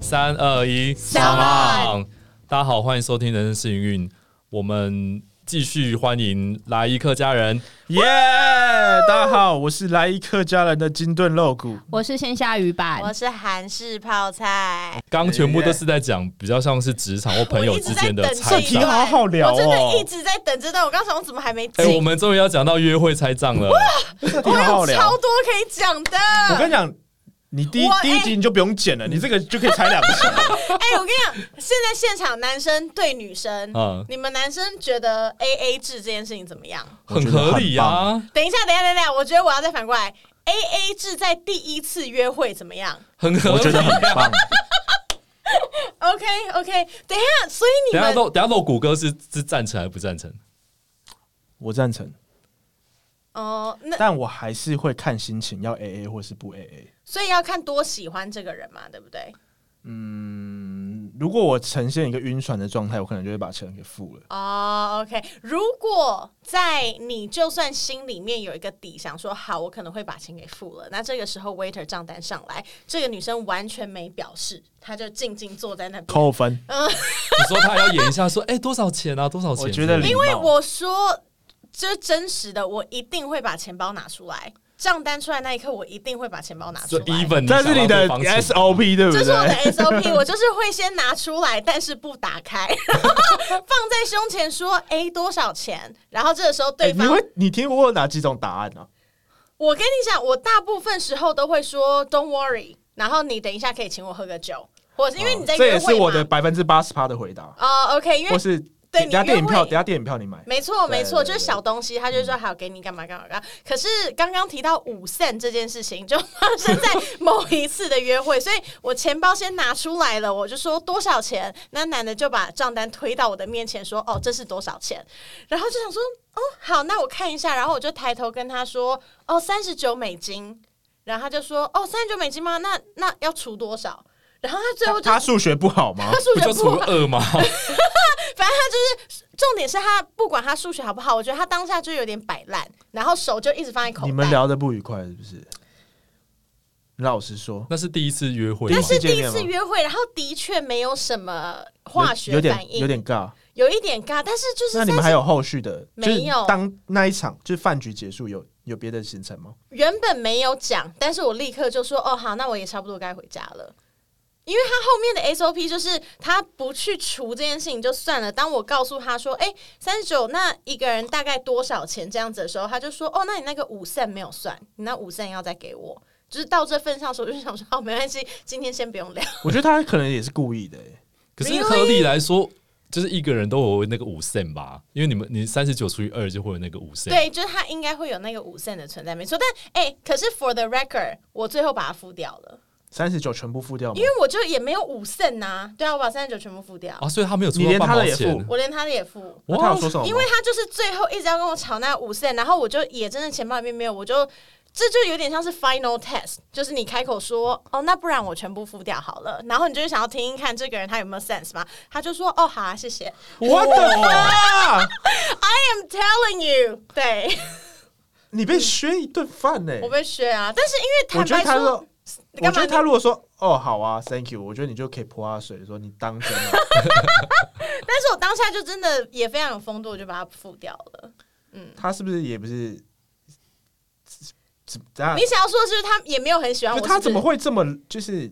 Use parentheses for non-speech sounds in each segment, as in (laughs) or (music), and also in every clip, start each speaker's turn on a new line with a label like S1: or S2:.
S1: 三二一，
S2: 上岸！
S1: 大家好，欢迎收听《人生幸运》，我们继续欢迎来一客家人。
S3: 耶大家好，我是来一客家人的金盾肉骨。
S2: 我是线下鱼版，
S4: 我是韩式泡菜，
S1: 刚刚全部都是在讲比较像是职场或朋友之间的
S3: 这
S1: 猜
S4: 我一直
S3: 题
S4: 在等
S1: 账。
S3: 好好聊
S4: 我真的一
S3: 哦，
S4: 直在等这段，我刚想我怎么还没
S1: 哎、
S4: 进，
S1: 我们终于要讲到约会猜账了。
S3: 这题
S4: 我
S3: 好好
S4: 有超
S3: 聊。
S4: 多可以讲的。 (laughs) 哎
S3: 我跟你讲，你第一
S4: 我
S3: 第一
S4: 哎
S3: 集你就不用剪了，你这个就可以拆两集。
S4: 哎、我跟你讲，现在现场男生对女生，
S1: 嗯
S4: 你们男生觉得 A A 制这件事情怎么样？
S1: 很合理啊，
S4: 等一下，等一下，等一下，我觉得我要再反过来，A A 制在第一次约会怎么样
S1: 很合理、
S5: 我
S1: 啊。
S5: 觉得很棒。
S4: ？OK OK，等一下，所以你
S1: 等一下
S4: 们
S1: 露，等一下露谷歌是是赞成还是不赞成？
S3: 我赞成，
S4: 哦、那
S3: 但我还是会看心情，要 A A 或是不 A A。
S4: 所以要看多喜欢这个人嘛，对不对？
S3: 嗯，如果我呈现一个晕船的状态，我可能就会把钱给付了。
S4: 哦、o k 如果在你就算心里面有一个底，想说好，我可能会把钱给付了，那这个时候 waiter 账单上来，这个女生完全没表示，她就静静坐在那边。
S3: 扣分，
S1: 你说他要演一下说，哎、多少钱啊？多少钱？
S3: 我觉得礼
S4: 因为
S3: 貌
S4: 我说这真实的，我一定会把钱包拿出来，账单出来那一刻，我一定会把钱包拿
S1: 就
S4: 出来。
S1: even
S3: 这是你的
S1: 想到对方钱
S3: S O P 对不
S4: 这是我的
S3: 对？
S4: SOP，我就是会先拿出来，但是不打开， (laughs) 放在胸前说：“哎、多少钱？”然后这个时候对
S3: 哎
S4: 方、
S3: 你会你听过哪几种答案啊呢？
S4: 我跟你讲，我大部分时候都会说 "Don't worry"，然后你等一下可以请我喝个酒，或者是因为你在
S3: 哦这
S4: 约
S3: 也是
S4: 会嘛。
S3: 我的百分之八十趴的回答，
S4: 哦、o k 因为
S3: 或是
S4: 对
S3: 等下
S4: 你
S3: 电影票，
S4: 约会
S3: 等下电影票你买。
S4: 没错没错，
S3: 对对
S4: 就是小东西，他就说好给你干嘛干嘛干嘛。可是刚刚提到五 cent 这件事情，就发生在某一次的约会，所以我钱包先拿出来了，我就说哦多少钱，那男的就把账单推到我的面前说：“哦，这是多少钱？”然后就想说：“哦，好，那我看一下。”然后我就抬头跟他说：“哦，三十九美金。”然后他就说：“哦，三十九美金吗？那那要除多少？”然后他最后就
S3: 他数学不好吗
S4: 他？数
S1: 不
S4: 学
S1: 就除
S4: 不 (laughs) 好，
S1: 二吗？ (laughs)
S4: 反正他就是重点是他不管他数学好不好，我觉得他当下就有点摆烂，然后手就一直放在口袋。
S3: 你们聊的不愉快是不是？老实说，
S1: 那是第一次约会吗
S4: 那？是第一
S3: 见面吗
S4: 次约会，然后的确没有什么化
S3: 有
S4: 学
S3: 有
S4: 反
S3: 点
S4: 应，
S3: 有点尬。
S4: 有一点尬，但是就是
S3: 那你
S4: 但
S3: 们
S4: 是
S3: 还有后续的？
S4: 没
S3: 就是
S4: 有
S3: 当那一场就是饭局结束，有有别的行程吗？
S4: 原本没有讲，但是我立刻就说哦好，那我也差不多该回家了。因为他后面的 SOP 就是他不去除这件事情就算了。当我告诉他说：“哎、三十九，那一个人大概多少钱？”这样子的时候，他就说：“哦，那你那个五扇没有算，你那五扇要再给我。”就是到这份上的时候，我就想说：“好，没关系，今天先不用聊。
S3: 我觉得他可能也是故意的、欸。
S1: 可是合理来说，就是一个人都有那个五 cent 吧，因为你们你三十九除以二就会有那个五 cent。，
S4: 对，就是他应该会有那个五扇的存在，没错。但哎、可是 for the record，我最后把它付掉了，
S3: 三十九全部付掉吗
S4: 因？为我就也没有五扇呐、对啊，我把三十九全部付掉，
S1: 啊，所以他没有出
S3: 你
S1: 到
S3: 连
S1: 半
S3: 他
S1: 毛
S3: 的也
S1: 钱
S3: 付。
S4: 我连他的也付。
S3: 那他有说什么吗？
S4: 因为他就是最后一直要跟我吵那五 c 然后我就也真的钱包里面没有，我就这就有点像是 final test，就是你开口说哦，那不然我全部付掉好了，然后你就是想要听听看这个人他有没有 sense 嘛，他就说哦好、啊，谢谢
S3: 我的
S4: ，I'm telling you，对
S3: 你被削一顿饭呢、
S4: 我被削啊，但是因为
S3: 我
S4: 坦
S3: 觉得
S4: 白
S3: 他
S4: 说，
S3: 说，
S4: 你
S3: 我
S4: 干
S3: 觉
S4: 嘛
S3: 得他如果说哦好啊，Thank you，我觉得你就可以泼他水，说你当真了、
S4: 但是我当下就真的也非常有风度，我就把它付掉了。
S3: 他是不是也不是？怎怎样
S4: 你？想要说是不是他也没有很喜欢我
S3: 啊就他
S4: 是不是
S3: 怎么会这么就是？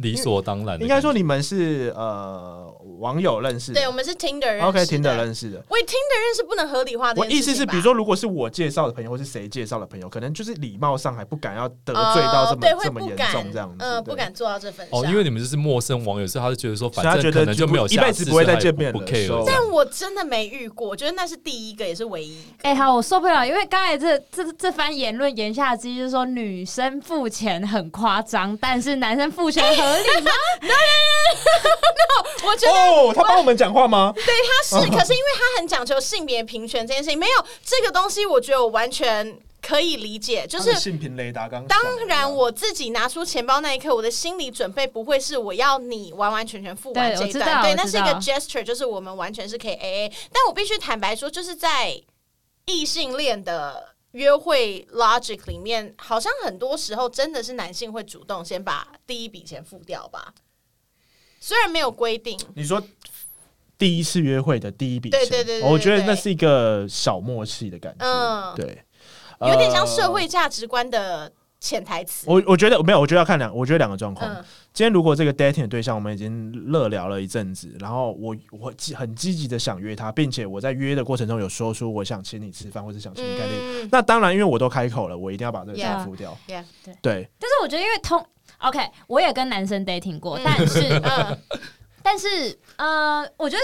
S1: 理所当然的感觉。
S3: 应该说你们是呃网友认识的，
S4: 对我们是 Tinder 认识
S3: OK 听的
S4: 人，
S3: 认识的。
S4: 喂 Tinder 认识不能合理化这
S3: 我
S4: 件事情吧。
S3: 意思是，比如说，如果是我介绍的朋友，或是谁介绍的朋友，可能就是礼貌上还不敢要得罪到这
S4: 哦
S3: 么、
S4: 对，会
S3: 这么
S4: 不
S3: 严
S4: 敢
S3: 重这样子，
S4: 嗯、
S3: 对
S4: 不敢做到这份上。
S1: 哦，因为你们就是陌生网友，所以他就觉得说，
S3: 所以他
S1: 反正
S3: 觉得
S1: 可能就没有
S3: 就不
S1: 下次
S3: 一辈子不会再见面
S1: 所
S3: 了
S1: 以他也不 care
S3: 说
S1: 这样
S4: 但我真的没遇过，我觉得那是第一个，也是唯
S3: (laughs)
S4: 一一个。
S2: 哎、好，我受不了，因为刚才这这这番言论言下之意就是说，女生付钱很夸张，但是男生付钱合
S4: (laughs)
S2: 理吗？
S4: 我觉得
S3: 哦，他帮我们讲话吗？
S4: 对他是，可是因为他很讲求性别平权这件事情，没有这个东西，我觉得我完全可以理解，就
S3: 他
S4: 是
S3: 的性平雷达刚刚
S4: 当然，我自己拿出钱包那一刻，我的心理准备不会是我要你完完全全付完
S2: 对
S4: 这一
S2: 我知道
S4: 段，对，
S2: 我
S4: 那
S2: 知
S4: 是一个
S2: 道
S4: gesture，就是我们完全是可以 AA。但我必须坦白说，就是在异性恋的约会 logic 里面，好像很多时候真的是男性会主动先把第一笔钱付掉吧。虽然没有规定，
S3: 你说第一次约会的第一笔钱，哦
S4: 对对对对
S3: 我觉得那
S4: 对
S3: 是一个小默契的感觉，
S4: 嗯
S3: 对，
S4: 有点像社
S3: 呃
S4: 会价值观的潜台词。
S3: 我我觉得没有，我觉得要看两，我觉得两个状况。
S4: 嗯
S3: 今天如果这个 dating 的对象我们已经热聊了一阵子，然后我我积很积极的想约他，并且我在约的过程中有说出我想请你吃饭或者想请你干这个，
S4: 嗯，
S3: 那当然因为我都开口了，我一定要把这个答
S4: Yeah
S3: 付掉。
S4: Yeah
S3: 对，
S2: 但是我觉得因为通 OK，我也跟男生 dating 过，
S4: 嗯
S2: 但是
S4: 嗯
S2: 但是呃，我觉得。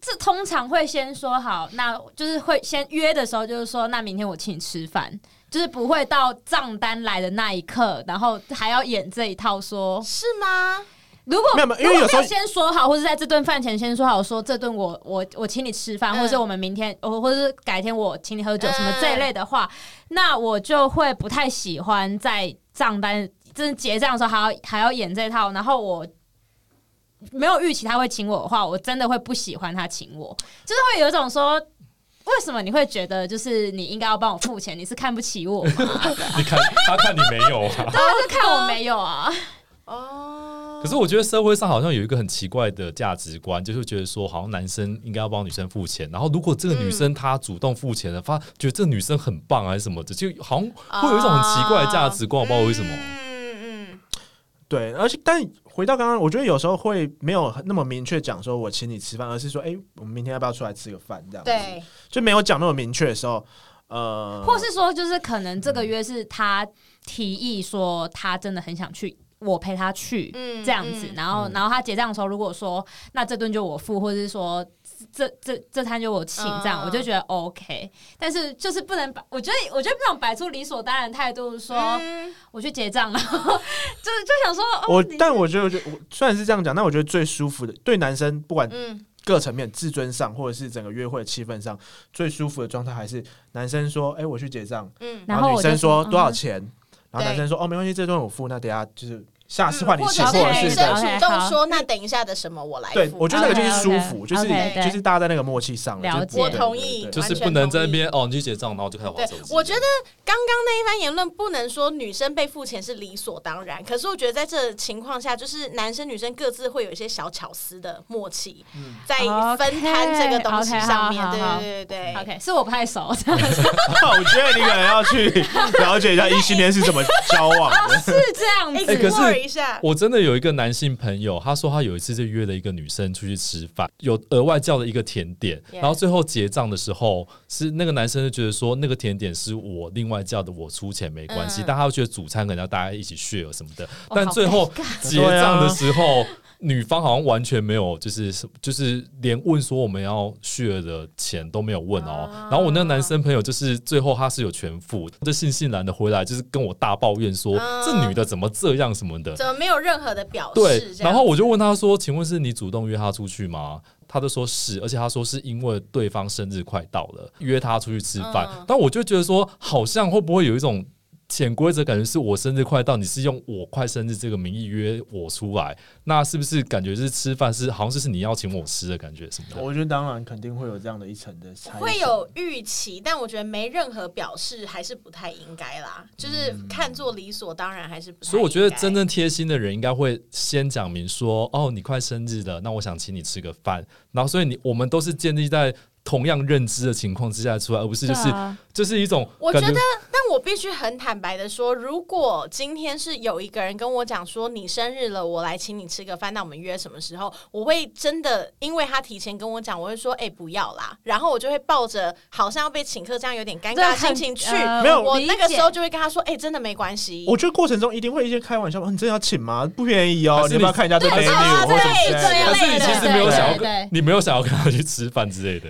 S2: 这通常会先说好，那就是会先约的时候，就是说，那明天我请你吃饭，就是不会到账单来的那一刻，然后还要演这一套说，
S4: 是吗？
S2: 如果
S3: 没有没有因为
S2: 如果
S3: 有时候
S2: 没先说好，或者在这顿饭前先说好，说这顿我我我请你吃饭，
S4: 嗯
S2: 或者我们明天，我或者是改天我请你喝酒
S4: 嗯
S2: 什么这一类的话，那我就会不太喜欢在账单真的结账的时候还要还要演这套，然后我。没有预期他会请我的话，我真的会不喜欢他请我，就是会有一种说，为什么你会觉得就是你应该要帮我付钱，你是看不起我吗？
S1: 你看他看你没有
S3: (laughs)
S1: 啊？
S2: (laughs) 对啊，就看我没有啊，
S4: 哦，
S1: 可是我觉得社会上好像有一个很奇怪的价值观，就是觉得说好像男生应该要帮女生付钱，然后如果这个女生她主动付钱了，发觉得这女生很棒啊还是什么的，就好像会有一种很奇怪的价值观，我不知道为什么。
S4: 嗯嗯
S3: 对，而且但回到刚刚，我觉得有时候会没有那么明确讲说我请你吃饭，而是说，哎、我们明天要不要出来吃个饭这样
S4: 嗯，
S3: 子，
S4: 对，
S3: 就没有讲那么明确的时候，呃，
S2: 或是说，就是可能这个约是他提议说他真的很想去，我陪他去
S4: 嗯
S2: 这样子，
S4: 嗯
S2: 然后然后他结账的时候，如果说那这顿就我付，或者是说。这这这餐就我请，这样、
S4: 嗯
S2: 我就觉得 OK，但是就是不能把，我觉得我觉得那种摆出理所当然的态度说，
S4: 嗯
S2: 我去结账了，然后就就想说，哦、
S3: 我
S2: 你
S3: 但我觉得，我虽然是这样讲，但我觉得最舒服的，对男生不管
S4: 嗯
S3: 各层面，自尊上或者是整个约会的气氛上，最舒服的状态还是男生说：“哎、我去结账。”
S4: 嗯，
S3: 然
S2: 然后
S3: 后女
S2: 我就
S3: 生说
S2: 说嗯
S3: 多少钱，然后男
S4: 对
S3: 生说：“哦，没关系，这顿我付。”那等下就是下次换你
S4: 嗯或
S3: 请，
S4: 者
S3: 或
S4: 是
S3: 者
S4: 女
S3: 是
S4: 生
S2: 对
S4: 主
S2: OK，
S4: 动
S2: 好
S4: 说，那等一下的什么我来
S3: 对
S4: 付，
S3: 我觉得那个就是舒
S2: OK，OK，
S3: 服，就是
S2: 对
S3: 就是大家在那个默契上
S2: 了
S3: 就不会
S2: 解
S3: 对
S4: 我
S3: 对
S4: 同意
S3: 对
S4: (laughs)
S3: (laughs)
S1: 就
S3: 对
S1: 是不能在那边哦，你去结账，然后就开始划
S4: 对
S1: 手，机。
S4: 我觉得刚刚那一番言论不能说女生被付钱是理所当然，可是我觉得在这情况下，就是男生女生各自会有一些小巧思的默契，在分摊这个东西上面。
S2: OK，OK，好好好
S4: 对对对对对。
S2: OK，是我不
S4: (laughs)
S2: 太熟，
S3: 我觉得你可能要去了解一下异性恋是怎么交往的。
S2: 是这样子。
S1: 哎可是
S4: explore 一下，
S1: 我真的有一个男性朋友，他说他有一次就约了一个女生出去吃饭，有额外叫了一个甜点，
S4: Yeah
S1: 然后最后结账的时候是那个男生就觉得说那个甜点是我另外叫的，我出钱没关系，
S4: 嗯
S1: 但他又觉得主餐可能要大家一起 share 什么的，
S2: 哦
S1: 但最后
S2: 好尴
S1: 结账的时候。女方好像完全没有，就是什就是连问说我们要 share 的钱都没有问哦。
S4: 啊
S1: 然后我那个男生朋友就是最后他是有全付，就悻悻然的回来，就是跟我大抱怨说、
S4: 啊
S1: 这女的怎么这样什么的。
S4: 怎么没有任何的表
S1: 对
S4: 示？，哦这样
S1: 然后我就问他说：“请问是你主动约他出去吗？”他就说是，而且他说是因为对方生日快到了，约他出去吃饭。
S4: 嗯
S1: 但我就觉得说，好像会不会有一种潜规则，感觉是我生日快到，你是用我快生日这个名义约我出来，那是不是感觉是吃饭是好像就是你要请我吃的感觉什么的？
S3: (laughs)
S4: 哦
S3: 我觉得当然肯定会有这样的一层的猜想，
S4: 会有预期，但我觉得没任何表示还是不太应该啦，就是看作理所当然还是不太应
S1: 嗯
S4: 该。
S1: 所以我觉得真正贴心的人应该会先讲明说，哦，你快生日了，那我想请你吃个饭。然后，所以你我们都是建立在同样认知的情况之下出来，而不是就是、
S2: 对啊
S1: 就是一种
S4: 我
S1: 感
S4: 觉得，但我必须很坦白的说，如果今天是有一个人跟我讲说你生日了，我来请你吃个饭，那我们约什么时候？我会真的因为他提前跟我讲，我会说哎、不要啦，然后我就会抱着好像要被请客这样有点尴
S2: 对
S4: 尬的
S2: 很
S4: 心情去。
S2: 呃
S3: 没有
S4: 我
S2: 理
S4: 那个
S2: 解
S4: 时候就会跟他说哎、真的没关系。
S3: 我觉得过程中一定会一些开玩笑，哦你真的要请吗？不便宜
S1: 还
S3: 哦，
S1: 是
S3: 你要不
S1: 你
S3: 要看一下这
S4: 对就
S3: menu
S4: 是
S3: 或者
S4: 对
S3: 之类的
S4: 对
S1: 可是你
S4: 对
S1: 其实没有
S2: 对
S1: 想要
S2: 对对
S1: 跟，你没有想要跟他去吃饭之类的。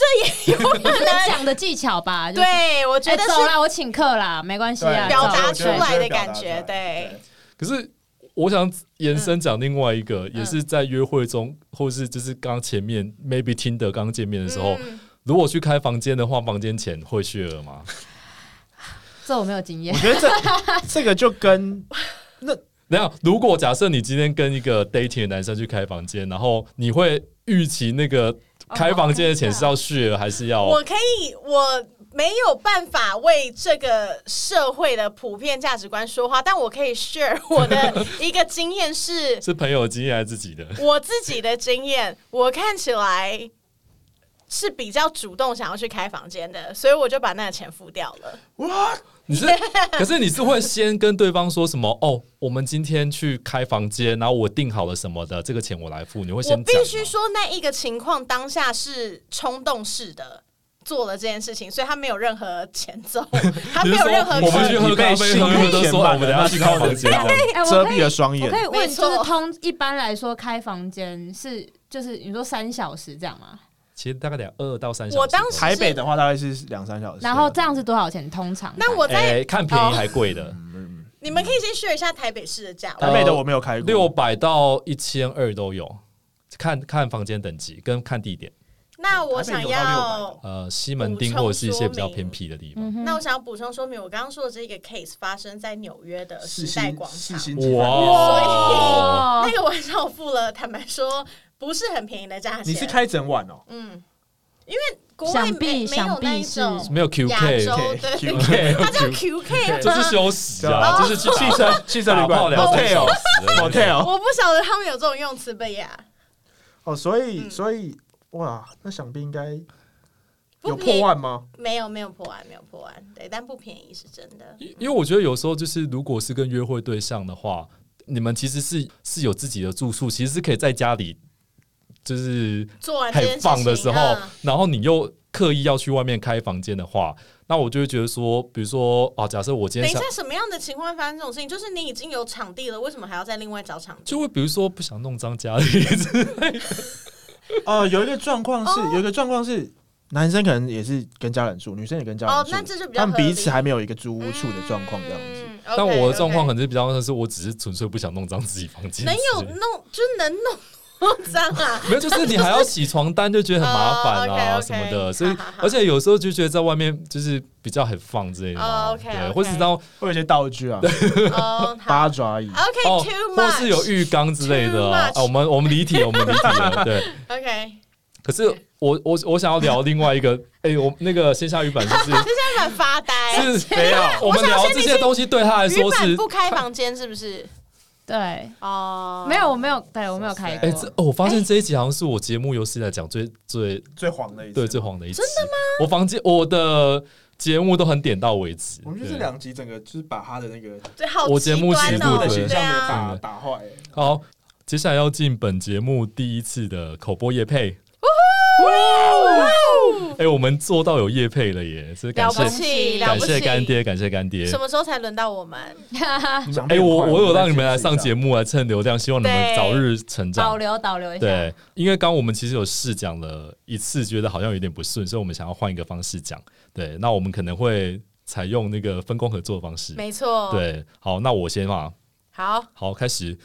S2: 我觉得讲的技巧吧，就是
S4: 对，我觉
S2: 哎
S4: 得
S2: 走
S4: 是
S2: 啦，我请客啦，没关系
S3: 对
S2: 啊，
S4: 表达
S2: 走
S4: 出来的
S3: 对
S4: 感觉
S3: 表达出来
S4: 对
S1: 可是我想延伸讲另外一个，也是在约会中，或是就是刚前面 maybe 听的刚见面的时候，
S4: 嗯
S1: 如果去开房间的话，房间钱会血额吗？ (laughs)
S2: 这我没有经验
S3: 我。觉得
S2: (laughs)
S3: 这这个就跟
S1: 那样，如果假设你今天跟一个 dating 的男生去开房间，然后你会预期那个开房间的钱是要血还是要？
S4: 我可以，我没有办法为这个社会的普遍价值观说话，但我可以 share 我
S1: (laughs)
S4: 的一个经验是，
S1: 是朋友的经验还是自己的？
S4: 我自己的经验，我看起来是比较主动想要去开房间的，所以我就把那个钱付掉了。
S1: 你是， (laughs) 可是你是会先跟对方说什么？哦，我们今天去开房间，然后我订好了什么的，这个钱我来付。你会
S4: 我
S1: 先
S4: 必
S1: 讲哦吗？
S4: 须说，那一个情况当下是冲动式的。做了这件事情，所以他没有任何前
S1: (laughs)
S4: 奏，他
S1: 你
S4: 没
S1: 是
S4: 有
S1: 说
S4: 任何
S1: 我们
S4: 前
S1: 去
S4: 奏
S1: 喝咖啡，喝一喝都说哦我们等一下去开房间。
S2: 哎，我
S3: 遮
S2: 可
S3: 蔽
S2: 以
S3: 了双眼
S2: 我可。以
S4: 没
S2: 问，
S4: 错
S2: 就是通一般来说开房间是就是你说三小时这样吗？
S1: 其实大概得二到三小时。
S4: 我当时
S3: 台北的话大概呃是啊两三小时，
S2: 然后这样是多少钱？通常
S4: 那我在、哦
S1: 哎、看便宜还贵的，
S3: 嗯
S4: 你们可以先 share 一下台北市的价位
S3: 台北的我没有开
S1: (laughs)
S3: 过，
S1: 六百、到一千二都有，看看房间等级跟看地点。
S4: 那我想
S3: 台北有到
S4: 要，
S1: 呃，西门町或者是一些比较偏僻的地
S2: 嗯
S1: 方。
S4: 那我想要补充说明，我刚刚说的这个 case 发生在纽约的
S3: 四
S4: 时代
S3: 星
S4: 广
S3: 四
S4: 场，
S3: 星
S1: 哇！
S2: 哦
S4: 那个晚上我付了，坦白说不是很便宜的价钱。
S3: 你是开整晚哦
S4: 嗯，因为国外
S2: 想
S4: 没
S2: 必
S4: 没有
S2: 想
S4: 那一
S2: 必是
S4: 种
S1: 没有
S4: 亚洲
S1: QK，
S4: 对
S1: (laughs)
S3: QK
S4: 它叫 QK
S1: 这是
S4: 吗？
S1: 休息
S3: (laughs)
S1: 啊，这是去
S3: 汽车哦汽车旅
S1: 打炮
S3: 馆
S1: 聊
S3: hotel
S1: (laughs)
S3: hotel
S4: 我不晓得他们有这种用词呗呀，
S3: 哦，所以
S4: 嗯
S3: 所以哇，那想必应该
S4: 不
S3: 有
S4: 便
S3: 破
S4: 宜
S3: 万吗？
S4: 没有没有破万，没有破万，对，但不便宜是真的。
S1: 因因为我觉得有时候就是，如果是跟约会对象的话，你们其实是是有自己的住宿，其实是可以在家里就是
S4: 做完这件
S1: 很
S4: 事
S1: 放
S4: 情
S1: 的时候，
S4: 嗯
S1: 然后你又刻意要去外面开房间的话，那我就会觉得说，比如说啊，假设我今
S4: 等
S1: 天
S4: 一下
S1: 想，
S4: 什么样的情况会发生这种事情？就是你已经有场地了，为什么还要再另外找场地？
S1: 就会比如说不想弄脏家里， (laughs)
S3: 哦，有一个状况是，有一个状况是，男生可能也是跟家人住，女生也跟家人
S4: 哦
S3: 住，，
S4: 那这就比较
S3: 但
S4: 合
S3: 彼
S4: 理
S3: 此还没有一个租屋处的状况这样子。
S4: 嗯 OK，
S1: 但我的状况
S4: OK
S1: 可能是比较像是，我只是纯粹不想弄脏自己房 (laughs)
S4: (laughs)
S1: 间，
S4: 能有弄，就是能弄多脏啊
S1: (laughs) 。没有，就是你还要洗床单，就觉得很麻烦啊
S4: 哦，OK，OK，
S1: 什么的，所以
S4: 好好好
S1: 而且有时候就觉得在外面就是比较很放之类的嘛，
S4: 哦，OK，
S1: 对，
S4: OK
S1: 或是到
S3: 会有一些道具啊，
S4: 哦，好
S3: 八爪椅。
S1: 哦
S4: ，OK，too，
S1: 或是有
S4: much。
S1: 浴缸之类的啊。
S4: Too much
S1: 啊我们我们离题了，我们离题了，对。
S4: OK，
S1: 可是我我我想要聊另外一个， (laughs) 哎，我那个线下语版就是
S4: 就现在很发呆。
S1: 是没有，我们聊这些东西对他来
S4: 鱼
S1: 说
S4: 板
S1: 是
S4: 不，开房间是不是？
S2: 对，
S4: 哦，啊
S2: 没有，我没有，对我没有开
S1: 哎，
S2: 过
S1: 这。哦我发现这一集好像是我节目有史以来讲最最
S3: 最黄的一
S1: 对最黄的一集。真的吗？我房间我的节目都很点到为止。
S3: 我们就是
S1: 对
S3: 两集整个就是把他的那个
S4: 对，好
S1: 我节
S4: 极
S1: 目
S4: 端
S1: 起
S4: 哦
S1: 步的
S3: 形
S4: 对
S3: 象给
S4: 啊，
S3: 打
S1: 对
S3: 打坏。欸
S1: 好，接下来要进本节目第一次的口播夜配。哇哦！哎，我们做到有夜配了耶，真的感
S4: 了
S1: 谢
S4: 不起，了
S1: 感
S4: 不
S1: 谢
S4: 起，
S1: 干。爹，感谢干爹。
S4: 什么时候才轮到我们？啊
S1: 哎、我我有让你们来上节目来蹭流量，希望你们
S4: 对
S1: 早日成
S2: 导
S1: 长。
S2: 流导流一下，
S1: 对，因为刚刚我们其实有试讲了一次，觉得好像有点不顺，所以我们想要换一个方式讲。对，那我们可能会采用那个分工合作的方式。
S4: 没错，，
S1: 对，好，那我先啊，
S4: 好，
S1: 好，开始。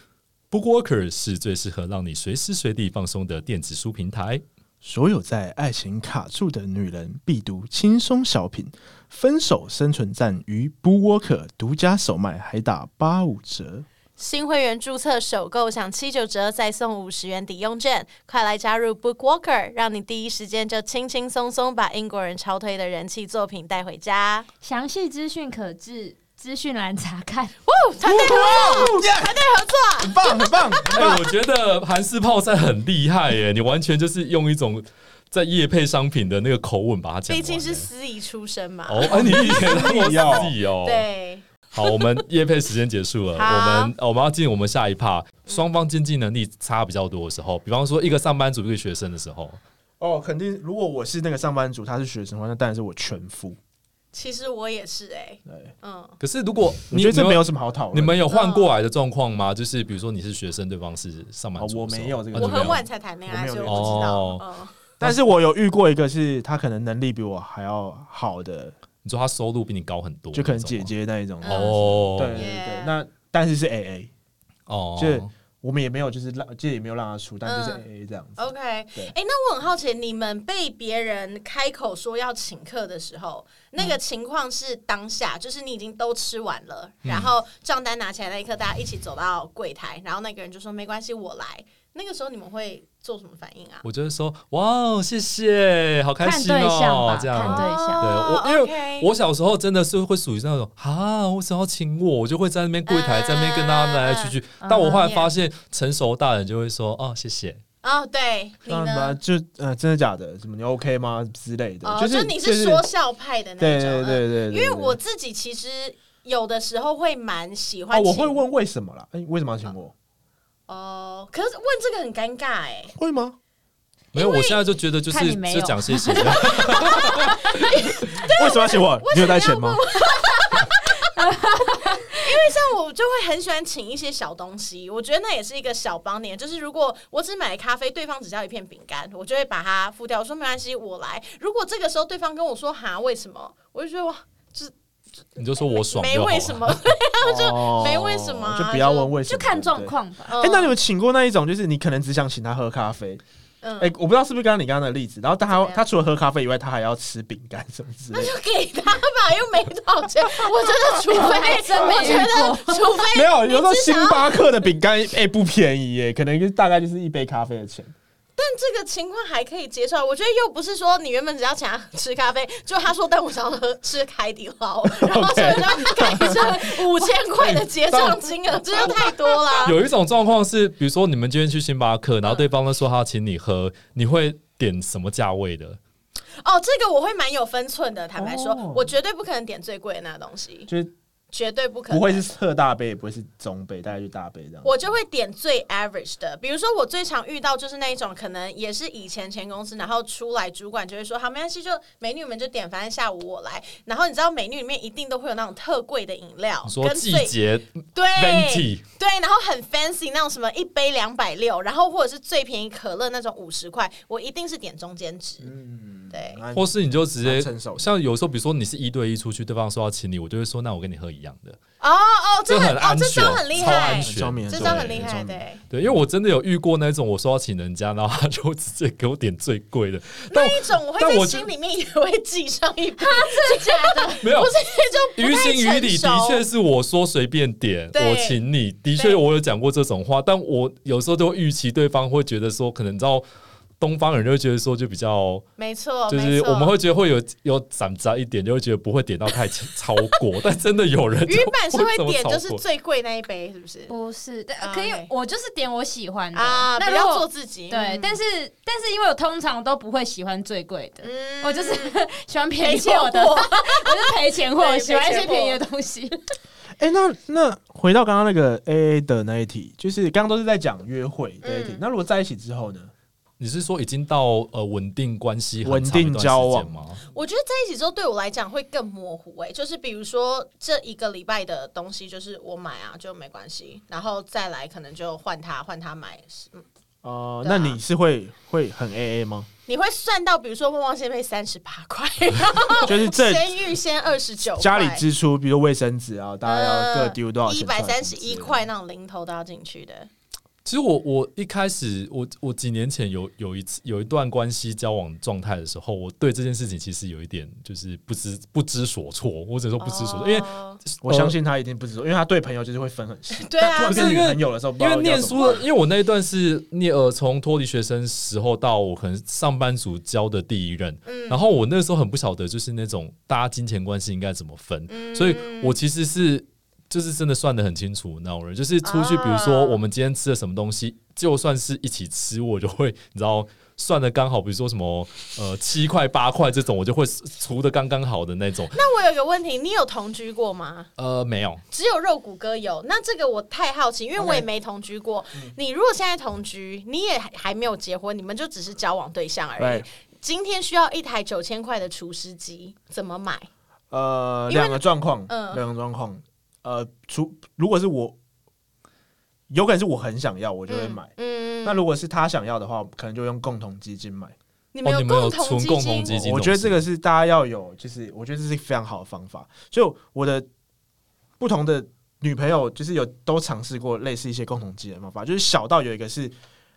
S1: Bookwalker 是最适合让你随时随地放松的电子书平
S4: (laughs)
S1: 台。
S3: 所有在爱情卡住的女人必读轻松小品，分手生存战于 b o o Walker 独家首卖，还打八五折。
S4: 新会员注册首购享七九折，再送五十元抵用券，快来加入 Book Walker，让你第一时间就轻轻松松把英国人超推的人气作品带回家。
S2: 详细资讯可至资讯栏查看。
S4: 哦，团队合作，团队合作，
S3: 很棒，很棒！
S1: 哎、我觉得韩式泡菜很厉害耶，你完全就是用一种在夜配商品的那个口吻把它讲完耶。
S4: 毕竟是司仪出身嘛。
S1: 哦，哎、你
S3: (laughs)
S1: 也
S3: 自己哦
S1: 自己哦。，
S4: 对，
S1: (laughs) 好，我们夜配时间结束了，
S4: 好
S1: 我们呃我们要进我们下一趴，双方经济能力差比较多的时候，比方说一个上班族，一个学生的时候，
S3: 哦，肯定，如果我是那个上班族，他是学生的话，那当然是我全付。
S4: 其实我也是哎、
S3: 对
S4: 嗯，
S1: 可是如果
S3: 我
S1: 你
S3: 觉得这没
S1: 有
S3: 有什么好讨论。
S1: 你们有换过来的状况吗？就是比如说你是学生，对方是上班族
S3: 哦我
S1: 的时候，
S3: 没有这个
S1: 啊
S4: 我
S1: 你没有
S4: 很晚才谈恋爱，
S3: 我
S4: 所
S3: 没
S4: 以
S3: 有
S4: 我不知道。
S1: 哦
S4: 嗯，
S3: 但是我有遇过一个是他可能能力比我还要好的，
S1: 你说他收入比你高很多那种吗，
S3: 就可能姐姐那一种。
S4: 嗯
S1: 哦，
S3: 对对对
S4: Yeah，
S3: 那但是是 A A，
S1: 哦，
S3: 就是我们也没有就是让，这也没有让他出，但就是
S4: 嗯
S3: A A 这样子。
S4: OK，哎、
S3: 对
S4: 那我很好奇，你们被别人开口说要请客的时候，那个情况是当下，就是你已经都吃完
S1: 嗯
S4: 了，然后账单拿起来那一刻，大家一起走到柜台，然后那个人就说没关系，我来。那个时候你们会做什么反应啊？
S1: 我就会说哇哦，谢谢，好开
S2: 看
S1: 心
S2: 对象
S1: 哦
S2: 吧，，
S1: 这样
S2: 看对象。
S3: 哦
S1: 对我因为
S4: 哦 OK
S1: 我小时候真的是会属于那种啊，为什么要请我？我就会在那边柜台，
S4: 嗯
S1: 在那边跟大家来来去去。但我后来发现，成熟大人就会说哦，谢谢。
S4: 哦，对，你
S3: 当然吧，
S4: 呢？
S3: 就呃，真的假的？什么你 OK 吗之类的？
S4: 哦，
S3: 就是
S4: 你是说笑派的那
S3: 对
S4: 种，
S3: 对
S4: 嗯
S3: 对对，
S4: 因为我自己其实有的时候会蛮喜欢
S3: 啊，
S4: 请，
S3: 我会问为什么啦？哎，为什么要请我？
S4: 哦，可是问这个很尴尬哎，
S3: 会吗？
S1: 没有，我现在就觉得就
S2: 看
S1: 是
S2: 你没有
S1: 就讲谢 (laughs) 谢。
S3: 为什么要请我？你有带钱吗？
S4: (laughs) 像我就会很喜欢请一些小东西，我觉得那也是一个小帮点。就是如果我只买咖啡，对方只要一片饼干，我就会把它付掉。我说没关系，我来。如果这个时候对方跟我说哈，为什么？我就觉得哇，
S1: 你就说我爽
S4: 没
S3: 啊
S1: 就好
S4: 为什
S1: 了。
S4: 么。
S3: 就
S4: 没为什么啊
S3: 哦就不要问为什
S2: 就
S3: 么，
S2: 看状
S3: 对。
S2: 况吧。
S4: 哎
S3: (laughs) 哎，那你有请过那一种，就是你可能只想请他喝咖啡？
S4: 嗯
S3: 哎，我不知道是不是刚刚你刚刚的例子，然后他还要
S4: 怎么样
S3: 他除了喝咖啡以外，他还要吃饼干什么之类的。
S4: 就 (laughs) 哎给他吧，又没多少钱。我觉得，除
S2: 我还
S4: 非，
S2: 真没
S4: 我觉得，除非
S3: 没有，有时候
S4: 你至
S3: 星
S4: 少
S3: 巴克的饼干哎不便宜耶，可能就大概就是一杯咖啡的钱。
S4: 但这个情况还可以接受。我觉得又不是说你原本只要请他吃咖啡，就他说但我想要喝吃海底捞，然后所以就改成五千块的结账金额，这就太多
S1: (laughs)
S4: 啦。
S1: 有一种状况是，比如说你们今天去星巴
S4: 嗯
S1: 克，然后对方呢说他要请你喝，你会点什么价位的？
S4: 哦，这个我会蛮有分寸的。坦白说，
S3: 哦
S4: 我绝对不可能点最贵的那东西，
S3: 就是
S4: 绝对不可能。
S3: 不会是特大杯，也不会是中杯，大概就大杯这样。
S4: 我就会点最 average 的，比如说我最常遇到就是那一种，可能也是以前前公司，然后出来主管就会说，好，没关系，就美女们就点，反正下午我来。然后你知道美女里面一定都会有那种特贵的饮料
S1: 你，说
S4: 哦跟
S1: 季
S4: 最
S1: 节
S4: 对
S1: venti
S4: 对，然后很 fancy 那种什么一杯两百六，然后或者是最便宜可乐那种五十块，我一定是点中间值。
S3: 嗯
S4: 对
S3: 蛮
S1: 或是你就直接
S3: 蛮成熟的
S1: 像有时候，比如说你是一对一出去，对方说要请你，我就会说那我跟你喝一样的，
S4: 哦哦，这
S1: 很
S4: 很哦
S1: 安，
S4: 这
S1: 全，
S4: 招很厉
S1: 超安
S4: 害，
S1: 全。
S3: 全
S4: 这招很厉
S3: 很
S4: 害，
S3: 聪明
S4: 对。
S1: 对，因为我真的有遇过那种我说要请人家，然后他就直接给我点最贵的，但
S4: 那一种我会
S1: 但我
S4: 在
S1: 就
S4: 心里面也会记上一笔，
S2: 啊真的假的？
S4: (laughs)
S1: 没有
S4: 不。是就
S1: 于
S4: 不太
S1: 情于理，
S4: 成
S1: 的
S4: 熟
S1: 确是我说随便点，
S4: 对
S1: 我请你，的确
S4: 对
S1: 我有讲过这种话，但我有时候都会预期对方会觉得说，可能你知道东方人就会觉得说就比较
S4: 没错，
S1: 就是
S4: 哦没错
S1: 我们会觉得会有有涨涨一点，就会觉得不会点到太超过，但真的有人就
S4: 原本是会
S1: 这么
S4: 点
S1: 超
S4: 就是
S1: 过
S4: 最贵那一杯，是不是？
S2: 不是，但
S4: 啊
S2: 可以
S4: OK，
S2: 我就是点我喜欢的
S4: 啊，
S2: 那
S4: 不
S2: 如
S4: 要做
S2: 果
S4: 自己。嗯
S2: 对，但
S4: 是
S2: 是但是因为我通常都不会喜欢最贵的，
S4: 嗯
S2: 我就是 (laughs) 喜欢便
S4: 赔
S2: 宜
S4: 钱
S2: 货的，
S4: 货
S2: 我是赔钱
S4: (laughs)
S2: 货，
S4: 对
S2: 喜欢一
S4: 赔
S2: 些
S4: 钱货
S2: 便宜的东西。
S3: 哎、那那回到刚刚那个 A A 的那一题，就是刚刚都是在讲约会这一题。
S4: 嗯
S3: 那如果在一起之后呢？
S1: 你是说已经到呃稳定关系、
S3: 稳定交往
S1: 吗？
S4: 我觉得在一起之后对我来讲会更模糊诶、就是比如说这一个礼拜的东西就是我买啊，就没关系，然后再来可能就换他换他买。嗯
S3: 哦、
S4: 对
S3: 那
S4: 啊
S3: 你是会会很 A A 吗？
S4: 你会算到，比如说旺旺仙贝三十八块，哦
S3: 就是 (laughs) 这
S4: 先预先二十九，
S3: 家里支出，比如卫生纸啊，大家要各丢多少钱？
S4: 呃嗯一百三十一。块那种零头都要进去的。
S1: 其实我我一开始我我几年前有有一次有一段关系交往状态的时候，我对这件事情其实有一点就是不知不知所措，我只能说不知所措，因为呃
S4: 哦
S3: 我相信他一定不止，因为他对朋友就是会分很细。
S4: 对啊
S3: 突然
S1: 不是
S3: 变女
S1: 因为
S3: 朋友的时候，不知
S1: 因
S3: 道
S1: 为念
S3: 要怎么
S1: 书的，因为我那一段是念呃，从脱离学生时候到我可能上班族交的第一任，
S4: 嗯
S1: 然后我那时候很不晓得，就是那种大家金钱关系应该怎么分，
S4: 嗯
S1: 所以我其实是就是真的算的很清楚那种人，就是出去，
S4: 啊
S1: 比如说我们今天吃了什么东西，就算是一起吃，我就会你知道。算的刚好，比如说什么呃七块八块这种，我就会除的刚刚好的那种。
S4: 那我有一个问题，你有同居过吗？
S1: 呃，没有，
S4: 只有肉骨哥有，那这个我太好奇，因为我也没同居过。你如果现在同居，你也还还没有结婚，你们就只是交往对象而已
S3: 对。
S4: 今天需要一台九千块的除湿机，怎么买？
S3: 呃，
S4: 因为
S3: 两个状况，
S4: 嗯
S3: 两个状况，呃，除如果是我，有可能是我很想要，我
S4: 我
S3: 就会买。
S4: 嗯
S3: 那如果是他想要的话，可能就用共同基金买。
S4: 你
S1: 哦你们有
S4: 共同
S1: 存
S4: 基
S1: 共
S4: 金
S1: 同基金
S3: 哦我觉得这个是大家要有，就是我觉得这是非常好的方法。就我的不同的女朋友，就是有都尝试过类似一些共同基金的方法，就是小到有一个是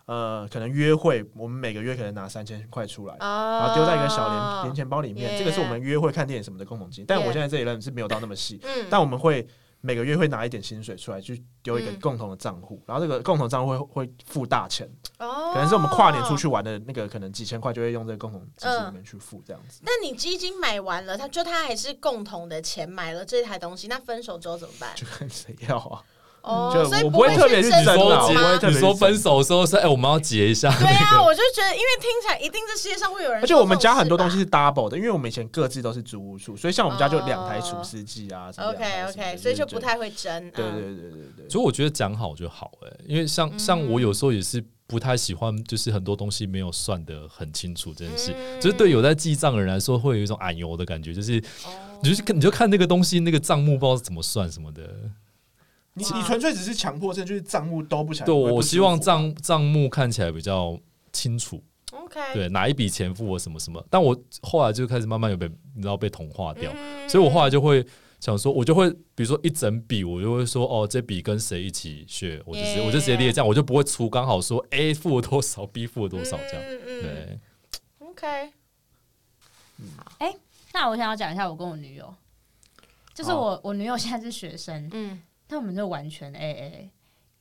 S3: 呃，可能约会，我们每个月可能拿三千块出来。
S4: 啊
S3: 然后丢在一个小零零钱包里面
S4: Yeah
S3: 这个是我们约会、看电影什么的共同基金。但我现在这一任是没有到那么细
S4: 嗯
S3: 但我们会每个月会拿一点薪水出来去丢一个
S4: 嗯
S3: 共同的账户，然后这个共同账户会会付大钱，
S4: 哦，
S3: 可能是我们跨年出去。玩的那个，可能几千块就会用这个共同基金里面去付这样子。
S4: 那你基金买完了，他就他还是共同的钱买了这台东西，那分手之后怎么办？
S3: 就看谁要啊，
S4: 哦，
S3: 就
S4: 所以
S3: 我
S4: 不
S3: 不会特别去
S4: 去
S1: 你
S3: 争
S4: 争
S1: 说
S3: 啊，
S4: 吵
S3: 我
S1: 结
S3: 不会
S4: 吗？
S3: 特别
S1: 你
S3: 去
S1: 说
S3: 争
S1: 分手的时候说，哎、我们要结一下
S4: 对
S1: 那
S4: 啊，
S1: 个。
S4: 我就觉得，因为听起来一定这世界上会 (laughs) 有人，
S3: 而且我们家很多东西。是 double 的，因为我们以前各自都是租屋处，所以像我们家就两台厨师机啊什么两
S4: OK
S3: 台什么
S4: OK，
S3: 的
S4: 哦所以就不太会争。
S3: 对
S4: 嗯
S3: 对对对对对。
S1: 所以我觉得讲好就好、哎，因为像像我有时候也是不太喜欢，就是很多东西没有算的很清楚这件事，
S4: 嗯
S1: 就是对有在记账的人来说，会有一种哎呦的感觉，就是
S4: 哦
S1: 你就是看你就看那个东西那个账目不知道是怎么算什么的。
S3: 你
S4: 哇
S3: 你纯粹只是强迫症，就是账目都不起来。
S1: 对，
S3: 哎会不
S1: 我
S3: 舒
S1: 希望
S3: 服
S1: 账账目看起来比较清楚，
S4: OK，
S1: 对哪一笔钱付我什么什么，但我后来就开始慢慢有被你知道被同化掉，
S4: 嗯
S1: 所以我后来就会想说，我就会比如说一整笔，我就会说哦，这笔跟谁一起学，我就直接
S4: Yeah
S1: 我就直接列账，我就不会除刚好说 A 付了多少，B 付了多少这样。
S4: 嗯嗯嗯
S1: 对，
S4: ，OK，
S2: 那我想要讲一下我跟我女友，就是
S3: 好
S2: 我我女友现在是学生，
S4: 嗯，
S2: 那我们就完全 A A。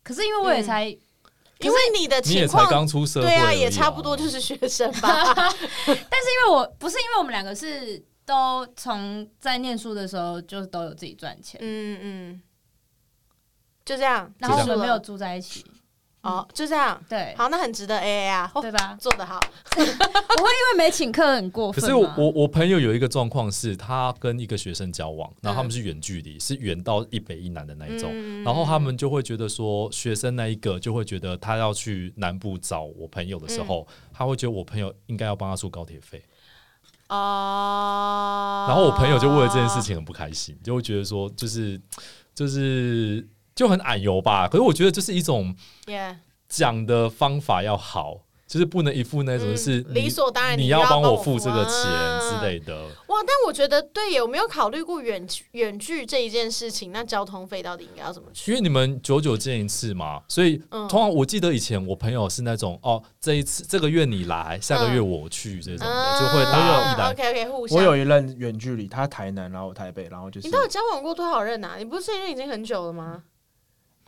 S2: 可是因为我也才、
S4: 因为你的
S1: 你也
S4: 情
S1: 才
S4: 况
S1: 刚出社会而
S4: 对
S1: 已、
S4: 啊，也差不多就是学生
S2: (laughs)
S4: 吧。
S2: 但是因为我不是因为我们两个是都从在念书的时候就都有自己赚钱，
S4: 嗯嗯，就这样。
S2: 然后我
S4: 结
S2: 们
S4: 束
S2: 没
S4: 了
S2: 有住在一起，
S4: 哦，就这样。
S2: 对
S4: 好，那很值得 AA 啊，哦
S2: 对吧？
S4: 做得好。
S2: 我会因为没请客很过
S1: 可
S2: 分
S1: 是我
S2: 吗
S1: 我我朋友有一个状况是，他跟一个学生交往，然后他们是远距离，是远到一北一南的那一种，
S4: 嗯
S1: 然后他们就会觉得说，学生那一个就会觉得他要去南部找我朋友的
S4: 嗯
S1: 时候，他会觉得我朋友应该要帮他出高铁费，
S4: 哦，
S1: 然后我朋友就为了这件事，情很不开心，就会觉得说，就是就是就很矮油吧。可是我觉得这是一种
S4: yeah,
S1: 讲的方法要好，就是不能一副那种就是
S4: 嗯
S1: 你
S4: 理所当然
S1: 你
S4: 你要
S1: 帮
S4: 帮
S1: 我
S4: 我
S1: 付这个
S4: 付
S1: 钱
S4: 啊
S1: 之类的。
S4: 哇！但我觉得对耶，有没有考虑过远距远距这一件事情？那交通费到底应该要怎么去？
S1: 因为你们久久见一次嘛，所以
S4: 嗯
S1: 通常我记得以前我朋友是那种哦，这一次这个月你来，下个
S4: 嗯哦
S1: 月我去这种的，就会打一来
S4: OK OK，互相。
S3: 我有一任远距离，他台南，然后我台北，然后就是
S4: 你到底交往过多少任啊？你不是这一任已经很久了吗？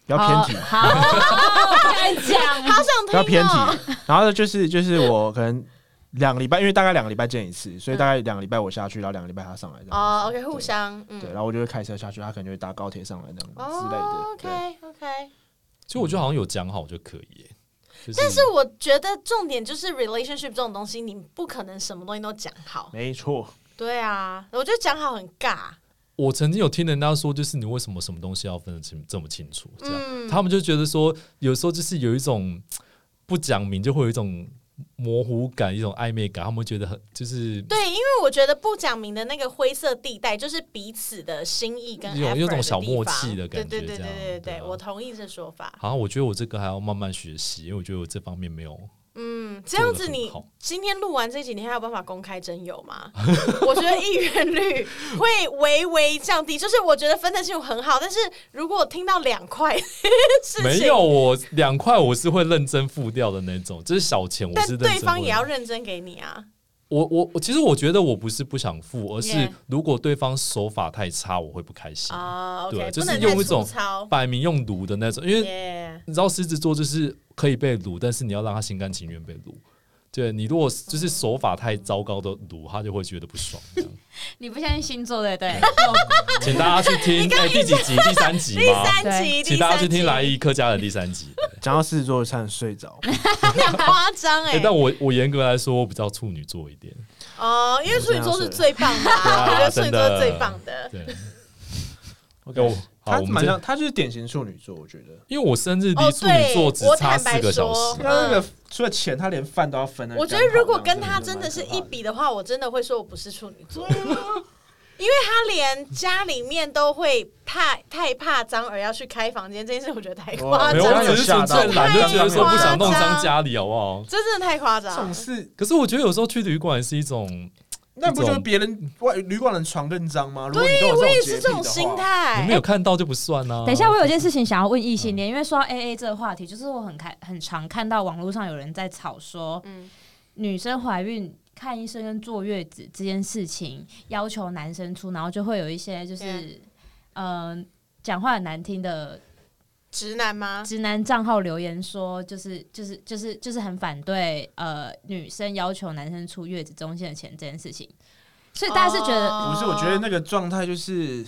S3: 比较偏
S4: 哦
S3: 题，
S2: 好，好再讲 (laughs)
S4: 好想
S3: 比
S4: 听、
S3: 较
S4: 哦。
S3: 偏题。然后就是就是我可能两个礼拜，因为大概两个礼拜见一次，
S4: 嗯
S3: 所以大概两个礼拜我下去，然后两个礼拜他上来这样。
S4: 哦，OK，互相。嗯，
S3: 对，然后我就会开车下去，他可能就会搭高铁上来这样之类
S4: 哦
S3: 的。对，
S4: ，OK OK。
S1: 所以我觉得好像有讲好就可以耶。就是、
S4: 但是我觉得重点就是 relationship 这种东西，你不可能什么东西都讲好。
S3: 没错，
S4: 对啊，我觉得讲好很尬。
S1: 我曾经有听人家说，就是你为什么什么东西要分得清这么清楚？这样，
S4: 嗯
S1: 他们就觉得说，有时候就是有一种不讲明，就会有一种模糊感，一种暧昧感，他们会觉得很就是
S4: 对，因为我觉得不讲明的那个灰色地带，就是彼此的心意跟
S1: 有
S4: effort
S1: 有种小默
S4: 的地方
S1: 契的感觉
S4: 对对对
S1: 这
S4: 对
S1: 样
S4: 对对
S1: 对啊
S4: 我同意这说法。
S1: 好像我觉得我这个还要慢慢学习，因为我觉得我这方面没有。
S4: 嗯，这样子你今天录完这几天还有办法公开真友吗？ (laughs) 我觉得意
S1: (laughs)
S4: 愿率会微微降低。就是我觉得分得清楚很好，但是如果我听到两块 (laughs) 事情，
S1: 没有，我两块我是会认真付掉的那种，就是小钱我
S4: 但
S1: 是认真
S4: 对
S1: 会。
S4: 方也要认真给你啊。
S1: 我我我其实我觉得我不是不想付，而是
S4: Yeah
S1: 如果对方手法太差，我会不开心。
S4: 啊
S1: 对
S4: ，OK，
S1: 就
S4: 不
S1: 是
S4: 能
S1: 用
S4: 太
S1: 一种
S4: 粗糙。
S1: 摆明用撸的那种，因为
S4: Yeah
S1: 你知道狮子座就是可以被撸，但是你要让他心甘情愿被撸。对你如果就是手法太糟糕的撸，他就会觉得不爽。这样
S2: 你不相信星座对 (laughs) 不对？
S1: 请大家去听哎、第几集？ (laughs) 第三集
S4: 第
S1: 吗？
S4: 三
S2: 对
S4: 集，
S1: 请大家去听莱
S4: 一，
S1: 伊客家人第三集。
S3: 讲到狮子座差点睡 (laughs) 着，
S4: 有点夸张
S1: 哎、
S4: 哎。
S1: 但我我严格来说，我比较处女座一点。
S4: 哦，因为处女座是最棒的
S1: 对
S4: 啊，
S1: 啊
S4: 我觉得处
S1: 真
S4: 女座
S1: 的
S4: 是最棒的。
S1: 对，
S3: (laughs) OK，
S1: 我好，
S3: 他
S1: 我们
S3: 蛮像，
S1: 这
S3: 他就是典型处女座，我觉得。
S1: 因为我生日离
S4: 哦
S1: 处女座
S4: 对
S1: 只
S4: 我
S1: 差
S4: 坦白
S1: 四个小
S4: 说
S1: 时。
S3: 他那个除了钱，他连饭都要分的。
S4: 嗯我觉得如
S3: 啊
S4: 果跟他真的是一比的话，我真的会说我不是处女座， (laughs) 因为他连家里面都会怕太怕脏而要去开房间这件事，我觉得太夸
S3: 哇
S1: 没有，啊
S4: 张
S1: 我
S3: 有
S1: 只
S4: 了，
S1: 是纯粹懒，就觉得说不想弄
S4: 太夸
S1: 脏
S4: 张
S1: 家里，好不好？
S4: 这真的太夸张
S3: 这种
S4: 了。
S3: 事，
S1: 可是我觉得有时候去旅馆是一种，
S3: 那不就是别人外旅馆的床更脏吗？如果你都
S4: 对，
S3: 有
S4: 我也
S3: 洁癖
S4: 是
S3: 的
S4: 这种
S3: 话
S4: 心
S1: 你们有
S4: 态。
S1: 看到就不算啊。
S2: 等一下，我有件事情想要问异性
S1: 嗯
S2: 恋，因为说到 A A 这个话题，就是我很看很常看到网络上有人在吵说，
S4: 嗯
S2: 女生怀孕看医生跟坐月子这件事情要求男生出，然后就会有一些就是
S4: Yeah
S2: 嗯、呃讲话很难听的
S4: 直男吗？
S2: 直男账号留言说，就是就是就是就是很反对呃女生要求男生出月子中间的钱这件事情，所以大家是觉得、
S4: 哦
S3: 不是，我觉得那个状态就是，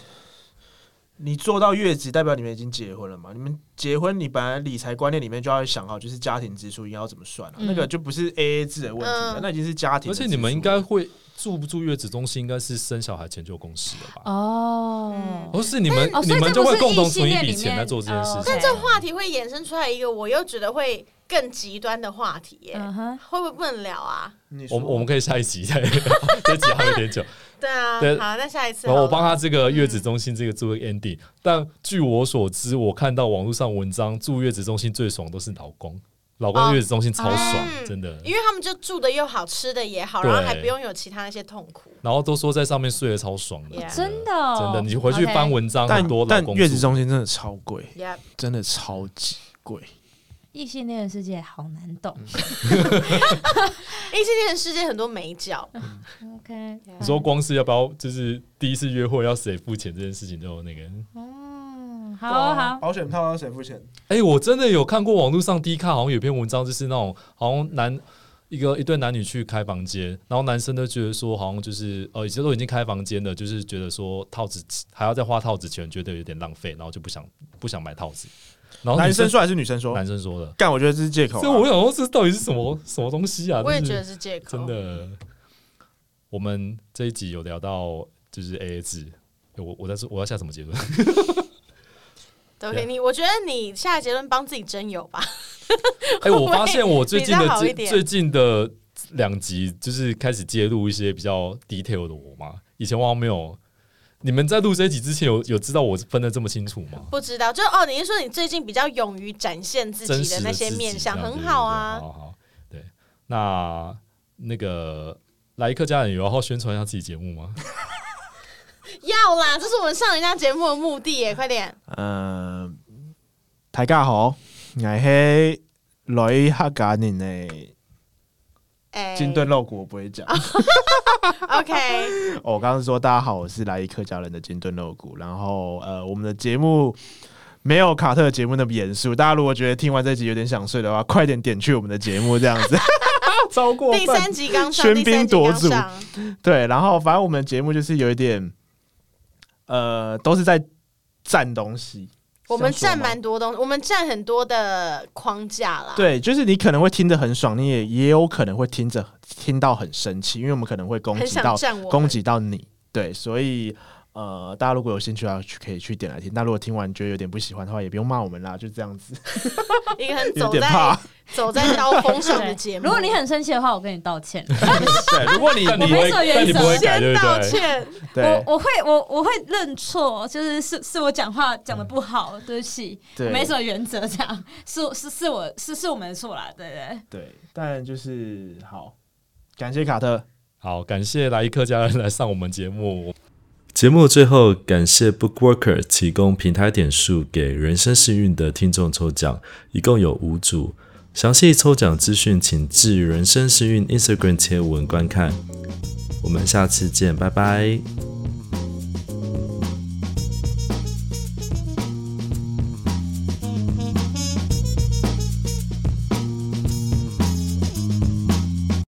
S3: 你做到月子，代表你们已经结婚了嘛？你们结婚，你本来理财观念里面就要想好，就是家庭支出应该要怎么算啊？
S2: 嗯
S3: 那个就不是 A A 制的问题
S4: 嗯
S3: 了，那已经是家庭
S1: 而
S3: 的支出
S1: 且
S3: 了。
S1: 你们应该会住不住月子中心，应该是生小孩前就有共识了吧？
S2: 哦。
S4: 嗯啊
S1: 不是你们
S2: 哦所以
S1: 你们就会共同存一
S2: 这不是异性恋里
S1: 笔
S2: 面
S1: 钱来做这件事
S2: 哦
S1: 情。
S2: ，OK
S4: 但这话题会衍生出来一个，我又觉得会更极端的话题耶，
S2: 嗯哼，
S4: 会不会不能聊啊？
S3: 你说
S1: 我们我们可以下一集再
S2: (laughs)
S1: 这集还有点久，
S4: 对啊，
S1: 对
S4: 好，那下一次
S1: 然后我
S4: 好了
S1: 帮他这个月子中心这个做个 ending。但
S2: 嗯
S1: 据我所知，我看到网络上文章，住月子中心最爽都是老公，老公
S4: 哦
S1: 月子中心超爽，
S4: 嗯
S1: 真的。
S4: 因为他们就住的又好，吃的也好，
S1: 对
S4: 然后还不用有其他那些痛苦。
S1: 然后都说在上面睡得超爽的
S4: Yeah
S2: 真的哦
S1: 真的，你回去翻
S2: OK
S1: 文章
S3: 但
S1: 很多老
S3: 但
S1: 公
S3: 月子
S1: 住
S3: 中心真的超贵，
S4: Yeah，
S3: 真的超级贵。
S2: 异性恋的世界好难懂。
S4: 异性恋世界很多美角，嗯
S2: OK，
S1: 你说光是要不要就是第一次约会要谁付钱这件事情就那个，
S2: 嗯，好哦好，
S3: 保险套要谁付钱？
S1: 哎、我真的有看过网络上 D 卡好像有篇文章，就是那种好像男一个一对男女去开房间，然后男生都觉得说好像就是呃，已经都已经开房间了，就是觉得说套子还要再花套子钱，觉得有点浪费，然后就不想不想买套子。然后
S3: 男
S1: 女
S3: 生说还是女生说？
S1: 男生说的，
S3: 干，我觉得这是借口啊、
S1: 所以我想说这到底是什么什么东西啊？
S4: 我也
S1: 就是
S4: 觉得是借口。
S1: 真的。我们这一集有聊到就是 A A 制，哎我我在说我要下什么结论？
S4: 对
S1: Yeah
S4: 你我觉得你下个结论帮自己征友吧。
S1: (laughs) 哎、我发现我最近的
S4: 比较好一
S1: 最
S4: 点
S1: 最近的两集，就是开始揭露一些比较 detail 的我嘛。以前我好像没有。你们在录这一集之前有，有知道我分的这么清楚吗？
S4: 不知道，就哦，你是说你最近比较勇于展现自
S1: 真
S4: 己
S1: 实
S4: 那些面相，
S1: 自己
S4: 很好
S1: 对对对
S4: 啊。
S1: 好好，对。那那个莱克家人有要宣传一下自己节目吗？
S4: 要啦，这是我们上人家节目的目的耶，快点。
S3: 呃，大家好，我是雷客家人的
S4: 哎、
S3: 金盾肉骨，我不会讲。
S4: OK，
S3: 哦我刚刚说大家好，我是来一客家人的金盾肉骨。然后呃，我们的节目没有卡特节目那么严肃，大家如果觉得听完这集有点想睡的话，快点点去我们的节目这样子， (laughs) 超过
S4: 第
S3: 分。
S4: 三集刚上，
S3: 喧
S4: 第三
S3: 宾
S4: 集
S3: 夺
S4: 刚
S3: 主
S4: 上，
S3: 对，然后反正我们的节目就是有一点，呃，都是在占东西。
S4: 我们
S3: 这样
S4: 占
S3: 说吗
S4: 蛮多东，我们占很多的框架啦。
S3: 对，就是你可能会听得很爽，你也也有可能会听着听到很生气，因为我们可能会攻
S4: 很
S3: 击
S4: 想
S3: 到
S4: 占我
S3: 攻
S4: 们。
S3: 击到你。对，所以呃，大家如果有兴趣啊，去可以去点来听。那如果听完觉得有点不喜欢的话，也不用骂我们啦，就这
S4: (laughs)
S3: 样子， (laughs)
S4: 一个很
S3: 有
S4: 走
S3: 点
S4: 在 (laughs)
S3: 怕。
S4: 走在刀锋上的
S2: (laughs) 对
S4: 节目。
S2: 如果你很生气的话，我跟你
S3: (laughs)
S2: 道歉。
S3: 对，如果你
S1: (laughs) 但你
S2: 没
S1: 不会，
S2: 什么原
S1: 但你不会
S2: 则
S1: 改，对
S4: 先
S1: 不
S4: 道
S1: 对？
S4: 歉，
S3: 对
S2: 我我会我我会认错，就是是是我讲话讲的不好，对不起，
S3: 对
S2: 没什么原则，这样是是是我是是我们的错啦，对不对？
S3: 对，但就是好，感谢卡特。
S1: 好，感谢来一客家人来上我们节目。节目最后，感谢 Bookworker 提供平台点数给人生幸运的听众抽奖，一共有五组。详细抽奖资讯，请至人生幸运 Instagram 贴文观看。我们下次见，拜拜。